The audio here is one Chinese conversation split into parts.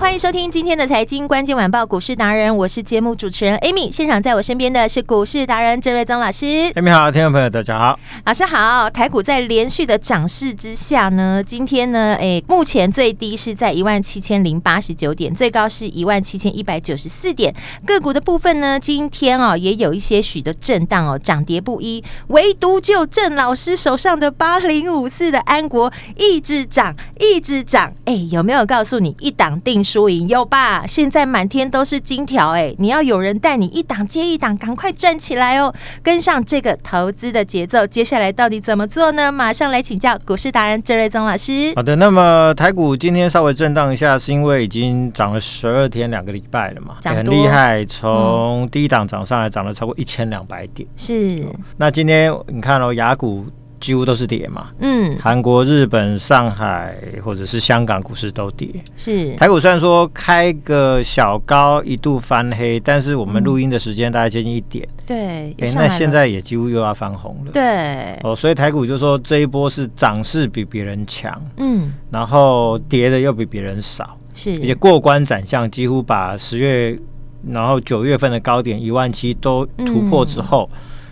欢迎收听今天的财经关键晚报股市达人，我是节目主持人 Amy。现场在我身边的是股市达人郑瑞增老师，艾米好，听众朋友大家好。老师好。台股在连续的涨势之下呢，今天呢，诶，目前最低是在一万七千零八十九点，最高是一万七千一百九十四点。个股的部分呢，今天哦也有一些许的震荡哦，涨跌不一，唯独就郑老师手上的八零五四的安国一直涨，一直涨。哎，有没有告诉你一档定输赢？有吧？现在满天都是金条，哎，你要有人带你一档接一档，赶快赚起来哦，跟上这个投资的节奏。接下来到底怎么做呢？马上来请教股市达人郑瑞宗老师。好的，那么台股今天稍微震荡一下，是因为已经涨了十二天，两个礼拜了嘛，涨很多厉害，从低档涨上来，涨了超过一千两百点。是，那今天你看哦，雅股几乎都是跌嘛，嗯，韩国、日本、上海或者是香港股市都跌。是，嗯台股虽然说开个小高，一度翻黑，但是我们录音的时间大概接近一点，对，哎、又嗯上那来了现在也几乎又要翻红了。对，哦，所以台股就说这一波是涨势比别人强，嗯，然后跌的又比别人少，而且是，过关斩将，几乎把十月然后九月份的高点一万七都突破之后，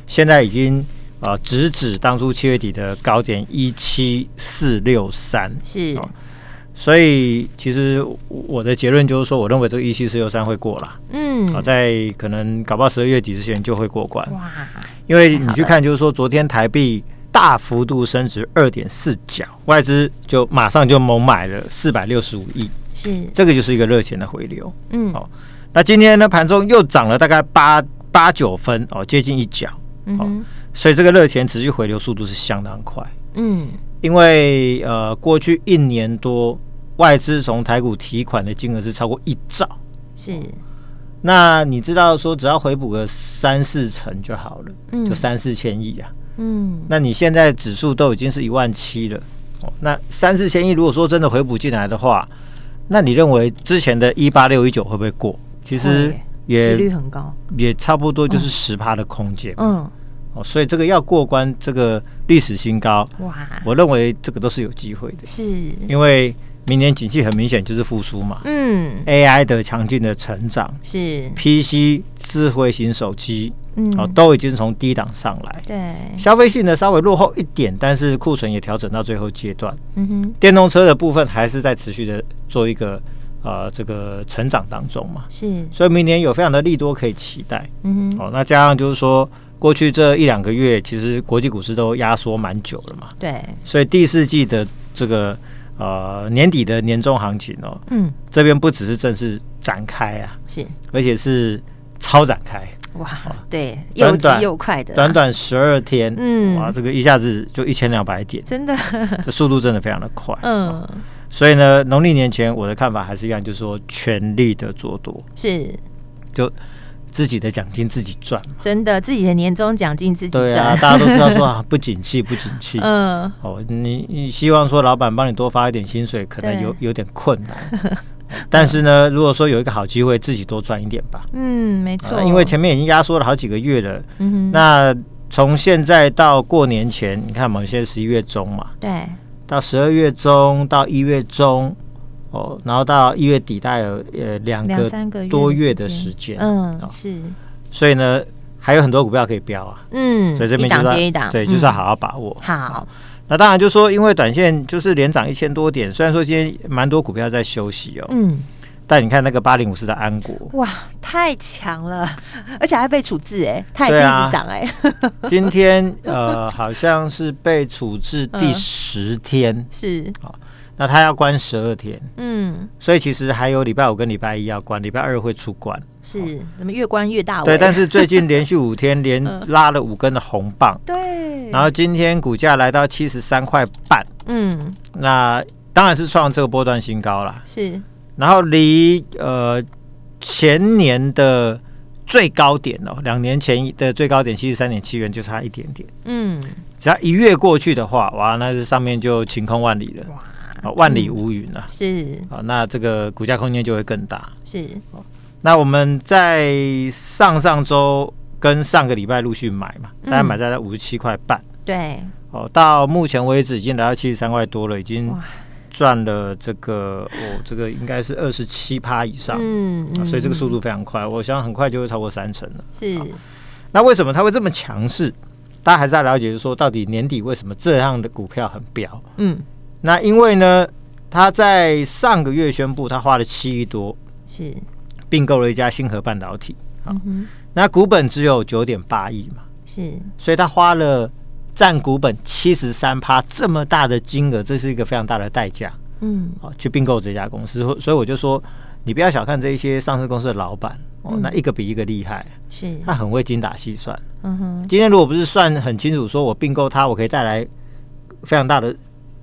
现在已经呃直指当初七月底的高点一七四六三。是，所以其实我我的结论就是说，我认为这个一七四六三会过啦，嗯啊、，在可能搞不好十二月底之前就会过关。哇，因为你去看，就是说昨天台币大幅度升值二点四角，外资就马上就猛买了四百六十五亿，是，这个就是一个热钱的回流。嗯好那今天呢，盘中又涨了大概八八九分哦，接近一角，嗯哼所以这个热钱持续回流速度是相当快。嗯，因为呃，过去一年多外资从台股提款的金额是超过一兆，是，那你知道说只要回补个三四成就好了，嗯就三四千亿啊。嗯，那你现在指数都已经是一万七了，哦，那三四千亿如果说真的回补进来的话，那你认为之前的一八六一九会不会过？其实会几率也很高，也差不多就是十趴的空间、嗯，哦，所以这个要过关这个历史新高，哇，我认为这个都是有机会的，是，因为明年景气很明显就是复苏嘛嗯， ，AI 的强劲的成长是， ，PC 智慧型手机嗯，哦都已经从低档上来，对，消费性呢稍微落后一点，但是库存也调整到最后阶段。嗯哼，电动车的部分还是在持续的做一个呃这个成长当中嘛，是，所以明年有非常的利多可以期待。嗯哼，哦，那加上就是说过去这一两个月，其实国际股市都压缩蛮久了嘛，对，所以第四季的这个呃年底的年终行情哦，嗯，这边不只是正式展开啊，是，而且是超展开，哇，对，又短急短又快的啊啦，短短十二天，嗯哇，这个一下子就一千两百 点。真的，这速度真的非常的快，嗯，所以呢，农历年前我的看法还是一样，就是说全力的做多，是就自己的奖金自己赚。真的，自己的年终奖金自己对啊，赚，大家都知道 说啊，不景气，不景气。嗯，哦，你你希望说老板帮你多发一点薪水，可能有对有点困难。 但是呢，如果说有一个好机会，自己多赚一点吧。嗯，没啊错，因为前面已经压缩了好几个月了。嗯哼，那从现在到过年前，你看嘛，现在十一月中嘛，对，到十二月中到一月中，哦，然后到一月底大概有呃两两个三个月多月的时间，嗯，哦是，所以呢还有很多股票可以标啊，嗯，所以这一边就档是要接一档，对，就是要好好把握嗯，。好，那当然就说，因为短线就是连涨一千多点，虽然说今天蛮多股票在休息哦，嗯，但你看那个八零五四的安 国，哇，太强了，而且还被处置，哎，它也是一对啊直涨，哎，今天呃好像是被处置嗯第十天， 是，那它要关十二天，嗯，所以其实还有礼拜五跟礼拜一要关，礼拜二会出关。是怎么越关越大尾？ 对，但是最近连续五天连啊嗯拉了五根的红棒，对，然后今天股价来到七十三块半，嗯那当然是创这个波段新高啦。是然后离呃前年的最高点哦，两年前的最高点七十三点七元就差一点点，嗯只要一越过去的话，哇，那这上面就晴空万里了，啊，万里嗯无云了、啊。是那这个股价空间就会更大。是那我们在上上周跟上个礼拜陆续买嘛，嗯大概买在五十七块半，对哦，到目前为止已经来到七十三块多了，已经哇赚了这个哦，这个应该是二十七趴以上，嗯啊所以这个速度非常快，我想很快就会超过三成了。是那为什么它会这么强势？大家还是要了解，就是说到底年底为什么这样的股票很飙？嗯那因为呢，他在上个月宣布他花了七亿多是并购了一家星河半导体，嗯哼那股本只有九点八亿嘛，是所以他花了占股本七十三趴这么大的金额，这是一个非常大的代价嗯啊，去并购这家公司。所所以我就说，你不要小看这一些上市公司的老板哦，那一个比一个厉害，是他很会精打细算。嗯哼今天如果不是算很清楚，说我并购它，我可以带来非常大的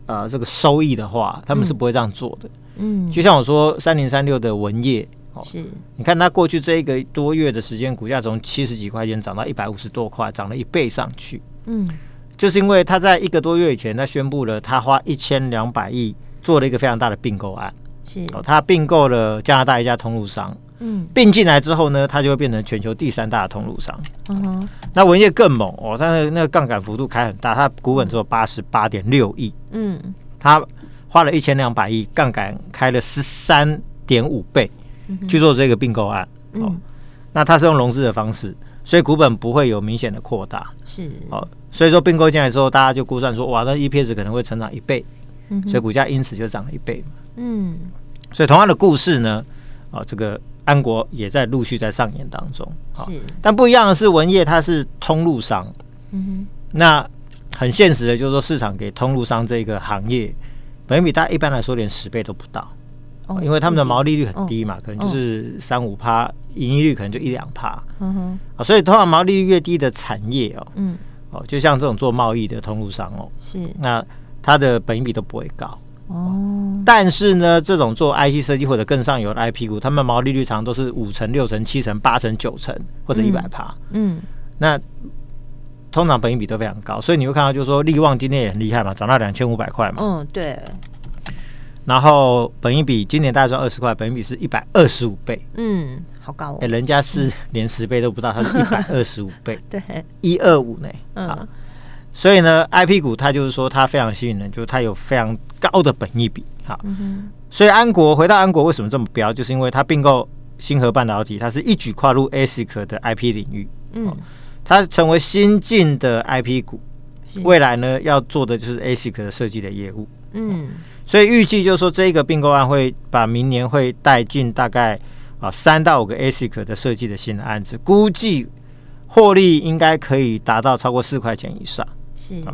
呃这个收益的话，他们是不会这样做的。嗯就像我说三零三六的文业，哦，是你看它过去这一个多月的时间，股价从七十几块钱涨到一百五十多块，涨了一倍上去，嗯就是因为它在一个多月以前，它宣布了它花一千两百亿做了一个非常大的并购案，是哦，它并购了加拿大一家通路商，嗯并进来之后呢，它就会变成全球第三大的通路商。嗯哼那文业更猛哦，它的那个杠杆幅度开很大，它股本只有八十八点六亿，嗯它花了一千两百亿，杠杆开了十三点五倍嗯哼去做这个并购案。哦嗯，那它是用融资的方式，所以股本不会有明显的扩大。是哦，所以说并购进来之后，大家就估算说，哇，那 EPS 可能会成长一倍，嗯所以股价因此就涨了一倍嘛。嗯所以同样的故事呢，啊、这个安国也在陆续在上演当中。好、是但不一样的是，文业它是通路商。嗯那很现实的，就是说市场给通路商这个行业，本益比大家一般来说连十倍都不到，哼因为他们的毛利率很哦低嘛，可能就是三五趴，盈利率可能就一两趴嗯哼啊，所以通常毛利率越低的产业哦，嗯哦，就像这种做贸易的通路商哦，是那它的本益比都不会高。哦但是呢，这种做 IC 设计或者更上游的 IP 股，他们毛利率常常都是五成、六成、七成、八成、九成或者一百趴。嗯那通常本益比都非常高，所以你会看到，就是说利旺今天也很厉害嘛，涨到两千五百块嘛，嗯对然后本益比今年大概赚二十块，本益比是一百二十五倍，嗯好高哦哎、人家是连十倍都不到，它是一百二十五 倍，对一二五呢，啊嗯，所以呢，IP 股它就是说它非常吸引人，就是它有非常高的本益比，好，嗯哼所以安国回到安国为什么这么标，就是因为它并购星河半导体，它是一举跨入 ASIC 的 IP 领域，嗯它成为新进的 IP 股。是未来呢要做的就是 ASIC 的设计的业务，嗯所以预计就是说这个并购案会把明年会带进大概啊三到五个 ASIC 的设计的新的案子，估计获利应该可以达到超过四块钱以上。是啊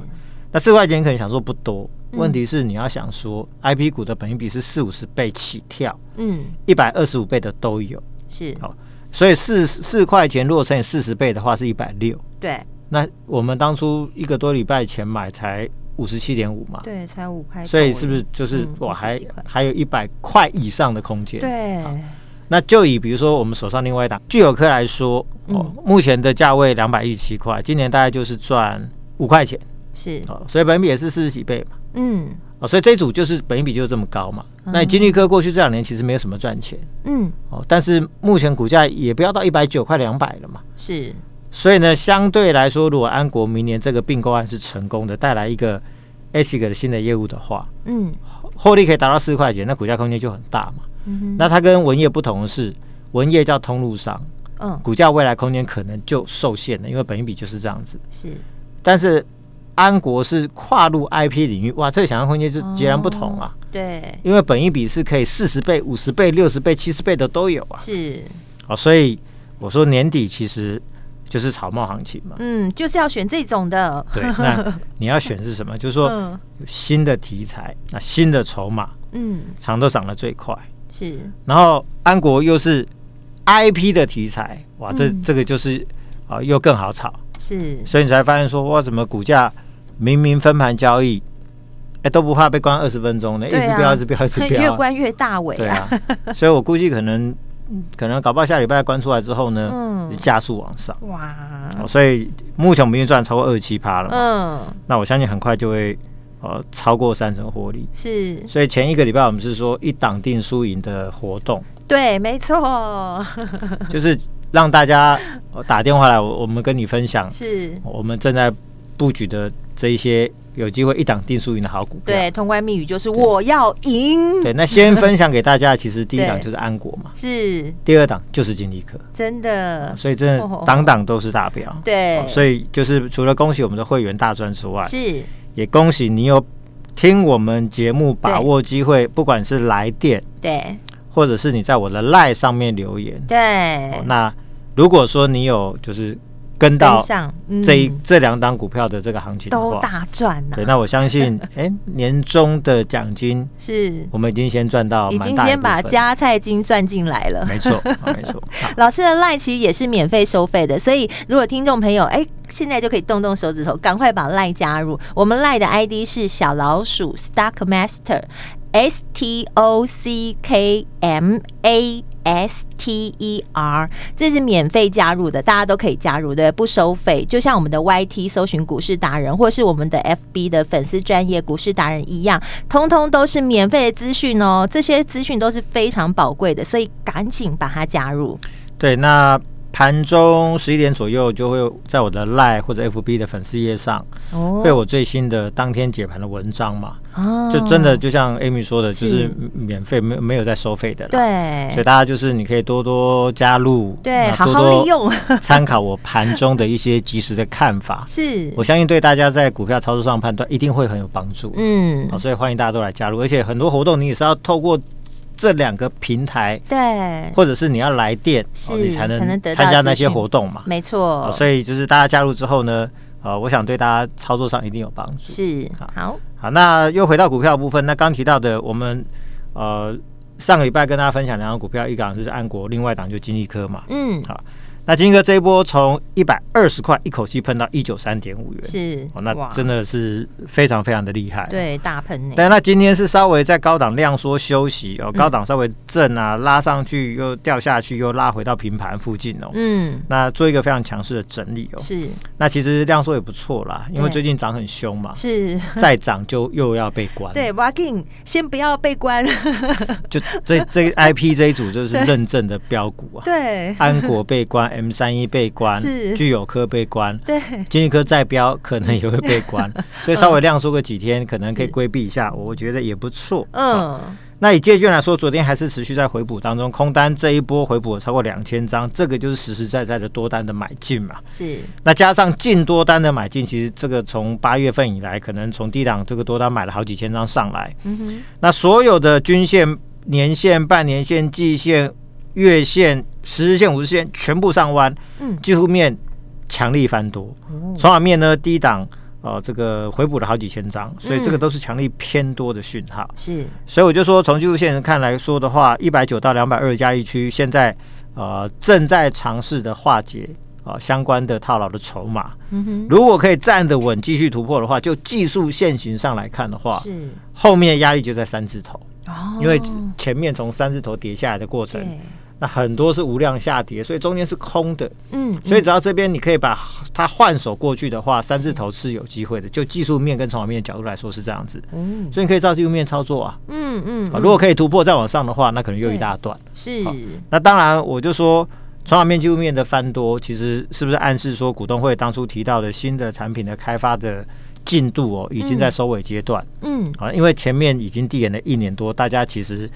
那四块钱可能想说不多，嗯问题是你要想说 IP 股的本益比是四五十倍起跳，嗯一百二十五倍的都有，是好所以四四块钱如果乘以四十倍的话是一百六。对那我们当初一个多礼拜前买才五十七点五嘛，对才五块所以是不是就是嗯我50还几块还有一百块以上的空间？，对那就以比如说我们手上另外一档聚友科来说，嗯哦，目前的价位两百一十七块，今年大概就是赚五块钱是哦，所以本益比也是四十几倍嘛，嗯哦，所以这一组就是本益比就是这么高嘛。那金利科过去这两年其实没有什么赚钱嗯哦，但是目前股价也不要到一百九块两百了嘛。是所以呢，相对来说，如果安国明年这个并购案是成功的，带来一个 ASIC 的新的业务的话，嗯获利可以达到四块钱，那股价空间就很大嘛。嗯那它跟文业不同的是，文业叫通路商，嗯股价未来空间可能就受限了，因为本益比就是这样子。是但是安国是跨入 IP 领域，哇，这个想象空间是截然不同哦啊，对因为本益比是可以四十倍、五十倍、六十倍、七十倍的都有啊。是哦，所以我说年底其实就是草帽行情嘛。嗯，就是要选这种的，对，那你要选是什 么？就是说嗯有新的题材，那新的筹码，嗯，长都涨得最快。是然后安国又是 IP 的题材，哇，这、嗯这个就是啊、呃又更好炒，是，所以你才发现说哇，怎么股价明明分盘交易，哎、都不怕被关二十分钟呢，一对直啊哎飙，一直飙，一直 飙，越关越大尾对啊，啊，所以我估计可能可能搞不好下礼拜关出来之后呢，嗯加速往上。哇，哦所以目前我们已经赚超过二十七趴了嘛，嗯，那我相信很快就会呃超过三成获利。是所以前一个礼拜我们是说一档定输赢的活 动，对，没错，就是让大家呃打电话来，我我们跟你分享是。我们正在布局的这一些有机会一档定输赢的好股票。对，通关密语就是我要赢，啊对，那先分享给大家，其实第一档 对就是安国嘛，是第二档就是金立科，真的，所以真哦的档档都是大标。对，所以就是除了恭喜我们的会员大赚之外，哦是也恭喜你有听我们节目把握机会，不管是来电对或者是你在我的 line 上面留言。对哦，那如果说你有就是跟到跟上嗯这一、这两档股票的这个行情的都话，大赚啊呐对，，那我相 信，哎、年终的奖金是我们已经先赚到，已经先把。加菜金赚进来了。没错，哦没错。好 老师的 line 其实也是免费收费的，所以如果听众朋友哎、现在就可以动动手指头，赶快把 line 加入。我们 line 的 ID 是小老鼠 Stock Master S T O C K M A。S T E R，这是免费加入的，大家都可以加入的，不收费。就像我们的 YT 搜寻股市达人，或是我们的 FB 的粉丝专业股市达人一样，通通都是免费的资讯哦。这些资讯都是非常宝贵的，所以赶紧把它加入。对，那盘中十一点左右就会在我的 line 或者 FB 的粉丝页上哦会有我最新的当天解盘的文章嘛，哦就真的就像 Amy 说的，就是是免费，没有没有在收费的啦。所以对大家就是你可以多多加入，对，那好嗯多好利用 参考我盘中的一些及时的看法，是我相信对大家在股票操作上判断一定会很有帮助。嗯好，所以欢迎大家都来加入，而且很多活动你也是要透过这两个平台，对，或者是你要来电，是哦你才能才能得到参加那资些讯活动嘛。没错哦，所以就是大家加入之后呢，呃，我想对大家操作上一定有帮助。是好好好，那又回到股票的部分，那刚提到的，我们呃上个礼拜跟大家分享两档股票，一档就是安国，另外一档就金利科嘛。嗯好那金利科这一波从一百二十块一口气喷到一九三点五元，是哦，那哇真的是非常非常的厉害。。对大喷呢，但那今天是稍微在高档量缩休息嗯哦，高档稍微震啊，拉上去又掉下去，又拉回到平盘附近哦。嗯那做一个非常强势的整理哦。是那其实量缩也不错啦，因为对最近涨很凶嘛，是。再涨就又要被关了。对 w a l k i n 先不要被关。 就这这 IP 这一组就是认证的标股啊。对安国被关，M 三一被关，是聚友科被关，对，嗯金立科再标可能也会被关， 所以稍微量缩个几天，可能可以是规避一下，我觉得也不错。啊，嗯，那以借券来说，昨天还是持续在回补当中，空单这一波回补有超过两千张，这个就是实实在在的多单的买进嘛。是那加上净多单的买进，其实这个从八月份以来，可能从低档这个多单买了好几千张上来。嗯哼，那所有的均线、年线、半年线、季线、月线、十日线、五日线全部上弯，嗯哦技术面强力翻多，筹码面呢低档。呃，这个回补了好几千张，所以这个嗯都是强力偏多的讯号。是所以我就说，从技术线看来说的话，一百九到两百二加一区，现在呃正在尝试的化解啊、呃相关的套牢的筹码。嗯如果可以站得稳，继续突破的话，就技术线型上来看的话哼，是后面的压力就在三字头，哦因为前面从三字头跌下来的过程，对那很多是无量下跌，所以中间是空的。嗯所以嗯只要这边你可以把它换手过去的话，三字头是有机会的。就技术面跟筹码面的角度来说是这样子，嗯所以你可以照技术面操作啊。嗯嗯，啊，如果可以突破再往上的话，那可能又一大段。是好那当然，我就说传统面技术面的翻多，其实是不是暗示说股东会当初提到的新的产品的开发的进度哦，已经在收尾阶段、嗯啊？因为前面已经递延了一年多，大家其实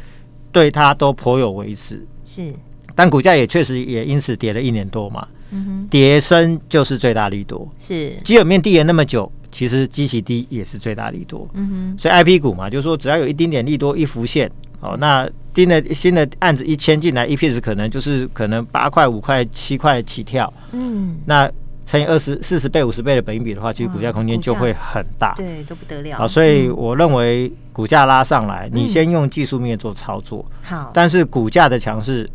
对它都颇有微词，是但股价也确实也因此跌了一年多嘛，嗯哼跌升就是最大利多。是基本面递延那么久，其实基期低也是最大利多。嗯哼所以 IP 股嘛，就是说只要有一丁点利多一浮现，哦，那新的新的案子一签进来，EPS 可能就是可能八块、五块、七块起跳，嗯，那乘以二十四十倍、五十倍的本益比的话，其实股价哇空间股就价会很大。对，都不得了。好，所以我认为股价拉上来，你先用技术面做操作，好，但是股价的强势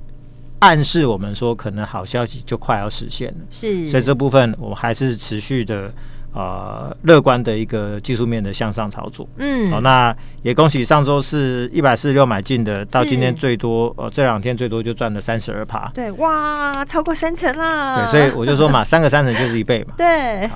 暗示我们说，可能好消息就快要实现了。是，所以这部分我们还是持续的呃乐观的一个技术面的向上操作。嗯，好、那也恭喜上周是一百四十六买进的，到今天是最多呃这两天最多就赚了三十二趴。对，哇，超过三成啦。对，所以我就说嘛， 三个三成就是一倍嘛，对，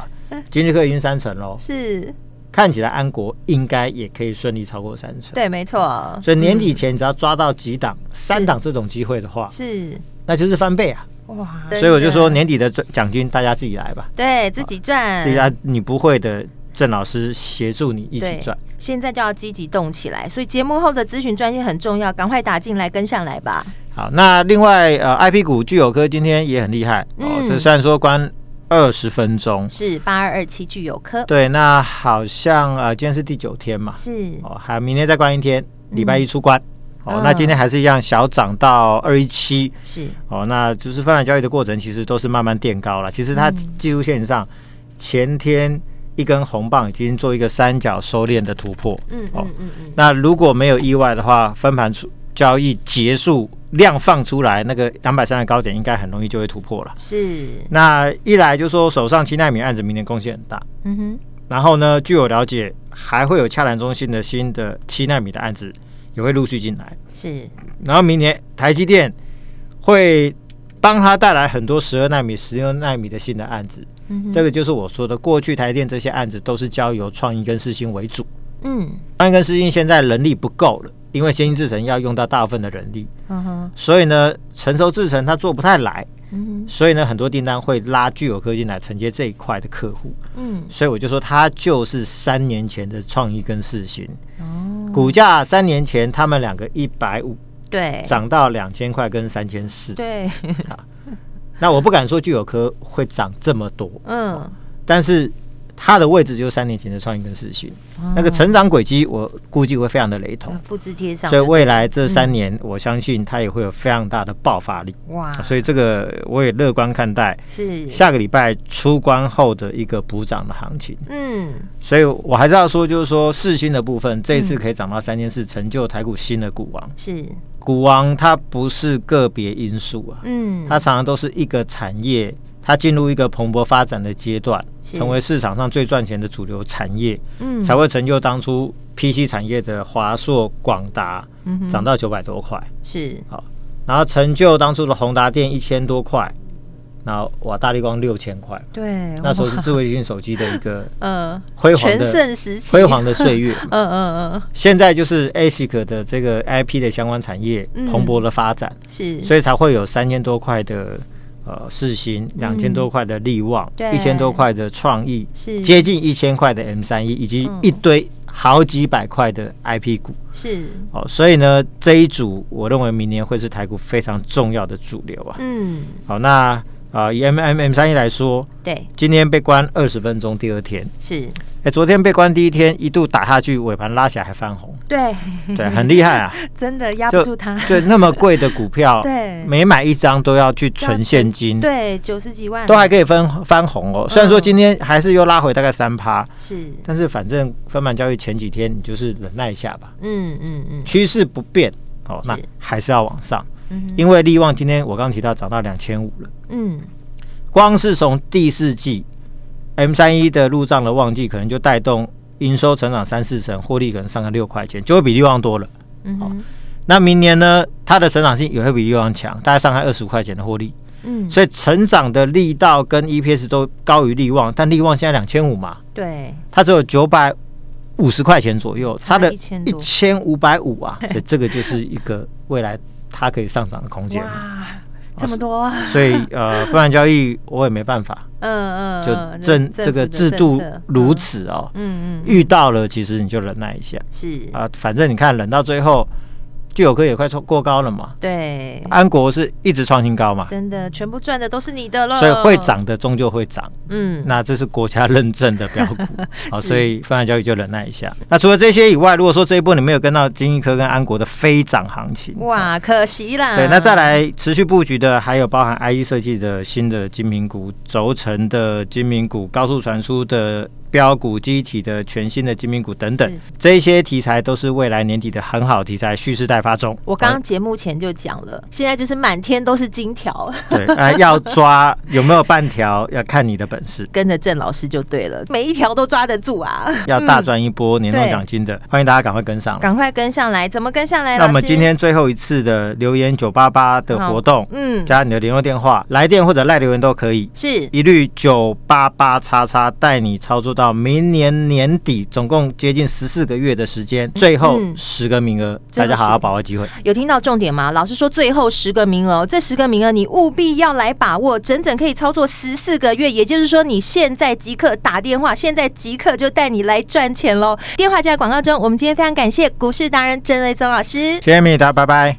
金立科已经三成喽，是，看起来安国应该也可以顺利超过三成。对，没错，所以年底前只要抓到几档、嗯三档这种机会的话，是那就是翻倍啊！哇，所以我就真说的年底的赚奖金大家自己来吧，对自己赚，这家你不会的，郑老师协助你一起对赚。现在就要积极动起来，所以节目后的咨询专线很重要，赶快打进来跟上来吧。好，那另外呃，IP 股聚友科今天也很厉害哦嗯，这虽然说关二十分钟，是八二二七具有科，对，那好像呃今天是第九天嘛，是哦，还明天再关一天，礼拜一出关。哦，那嗯今天还是一样小涨到二一七，是，哦，那就是泛买交易的过程，其实都是慢慢垫高了。其实它技术线上、前天一根红棒已经做一个三角收敛的突破。嗯哦嗯嗯嗯，那如果没有意外的话，分盘出交易结束量放出来，那个两百三的高点应该很容易就会突破了。是，那一来就说手上七纳米案子明年贡献很大，嗯哼，然后呢，据我了解，还会有洽谈中心的新的七纳米的案子也会陆续进来。是，然后明年台积电会帮他带来很多十二纳米、十六纳米的新的案子。嗯哼，这个就是我说的，过去台积电这些案子都是交由创意跟世新为主，嗯，创意跟世新现在人力不够了。因为先进制程要用到大部分的人力，嗯哼，所以呢，成熟制程它做不太来，嗯所以呢，很多订单会拉具有科技来承接这一块的客户，哼，嗯，所以我就说它就是三年前的创意跟世新哦，股价，三年前他们两个一百五对，涨到两千块跟三千四，对，那我不敢说具有科会涨这么多，嗯，但是它的位置就是三年前的创意跟世新，那个成长轨迹我估计会非常的雷同，复制贴上所以的，未来这三年我相信它也会有非常大的爆发力，哇，所以这个我也乐观看待是，下个礼拜出关后的一个补涨的行情。嗯，所以我还是要说，就是说世新的部分这一次可以涨到三千四，成就台股新的股王。是，股王它不是个别因素啊，嗯，它常常都是一个产业，它进入一个蓬勃发展的阶段，是成为市场上最赚钱的主流产业，嗯才会成就当初 PC 产业的华硕、广达嗯哼涨到九百多块，是，然后成就当初的宏达电一千多块，然后哇，大力光六千块，对，那时候哇是智慧型手机的一个呃，辉煌 全的盛时期，辉煌的岁月。嗯，嗯嗯嗯，现在就是 ASIC 的这个 IP 的相关产业嗯蓬勃的发展，是，所以才会有三千多块的呃世新，两千多块的力旺，嗯对一千多块的创意，是接近一千块的 M 三一，以及嗯一堆好几百块的 IP 股。是，哦，所以呢，这一组我认为明年会是台股非常重要的主流啊。嗯，好，那啊、呃以 M M M 三一来说，对，今天被关二十分钟，第二天，是，哎，昨天被关第一天一度打下去，尾盘拉起来还 翻红，对，对，很厉害啊。真的 压不就住他，就那么贵的股 票，对每买一张都要去存现金，，对，九十几万，都还可以分翻红哦。虽然说嗯今天还是又拉回大概三趴，是，但是反正分盘交易前几天你就是忍耐一下吧，嗯嗯嗯趋势不变哦，那是还是要往上，嗯哼因为利旺今天我刚提到涨到两千五了，嗯，光是从第四季 M 三一的入账的旺季，可能就带动营收成长三四成，获利可能上个六块钱，就会比利旺多了。嗯好哼那明年呢，它的成长性也会比利旺强，大概上看二十五块钱的获利，嗯，所以成长的力道跟 EPS 都高于利旺，但利旺现在两千五嘛，对，它只有九百五十块钱左右，差差了了1000一多千五百五 啊，所以这个就是一个未来它可以上涨的空间。哇，这么多，所以呃，不然交易我也没办法，嗯嗯，就嗯政政这个府的制政度策如嗯此哦，嗯嗯，遇到了其实你就忍耐一下是，啊，反正你看忍到最后。聚友科也快冲过高了嘛，对，安国是一直创新高嘛，真的全部赚的都是你的了，所以会，涨的终究会涨。嗯，那这是国家认证 的标股，好，是所以泛海教育就忍耐一下。那除了这些以外，如果说这一波你没有跟到金益科跟安国的飞涨行情，哇，可惜啦，嗯对，那再，来持续布局的还有包含 IE 设计的新的精品股、轴承的精品股、高速传输的标股、机体的全新的精品股等是等，这些题材都是未来年底的很好题材，蓄势待发中。我刚刚节目前就讲了，现在就是满天都是金条， 好对啊、要抓有没有半条，要看你的本事。跟着郑老师就对了，每一条都抓得住啊，要大赚一波年终对奖金的，欢迎大家赶快跟上。赶快跟上来，怎么跟上来？那我哎老们师今天最后一次的留言九八八的活动，嗯，加你的联络电话，来电或者赖留言都可以，是一律九八八叉叉带你操作到明年年底，总共接近十四个月的时间，最后嗯十个名额，最后大家好10好把握机会。有听到重点吗？老师说最后十个名额哦，这十个名额你务必要来把握，整整可以操作十四个月，也就是说你现在即刻打电话，现在即刻就带你来赚钱喽！电话就在广告中。我们今天非常感谢股市达人郑瑞宗老师。谢谢米达，拜拜。